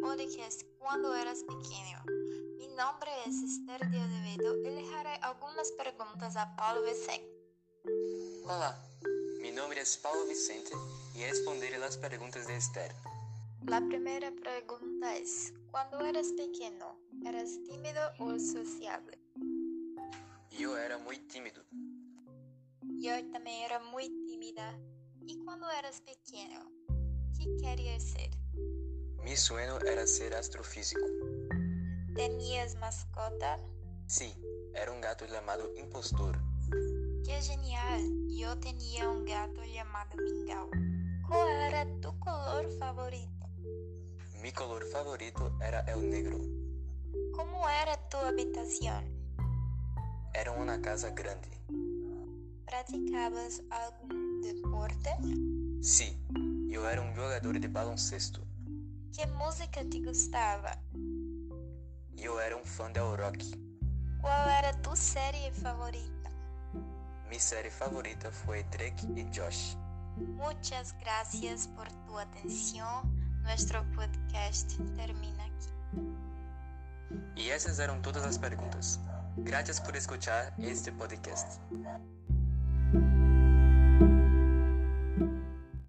podcast Quando Eras Pequeno. Meu nome é Esther de Azevedo e lhe farei algumas perguntas a Paulo Vicente. Olá, meu nome é Paulo Vicente e responderé as perguntas de Esther. La primera pregunta es, cuando é, eras pequeño, ¿eras tímido o sociable? Eu era muito tímido. Yo también era muy tímida. ¿Y cuando eras pequeño? ¿Qué querías ser? Meu sonho era ser astrofísico. ¿Tenías mascota? Sim, era um gato chamado Impostor. ¡Qué genial! Yo tenía un um gato llamado Mingau. ¿Cuál era tu color favorito? Meu color favorito era o negro. ¿Cómo era tu habitación? Era uma casa grande. ¿Practicabas algún deporte? Sim, eu era um jogador de baloncesto. ¿Qué música te gustaba? Eu era um fã del rock. ¿Cuál era tu serie favorita? Minha série favorita foi Drake e Josh. Muchas gracias por tu atención. Nuestro podcast termina aquí. E essas eram todas as perguntas. Graças por escutar este podcast.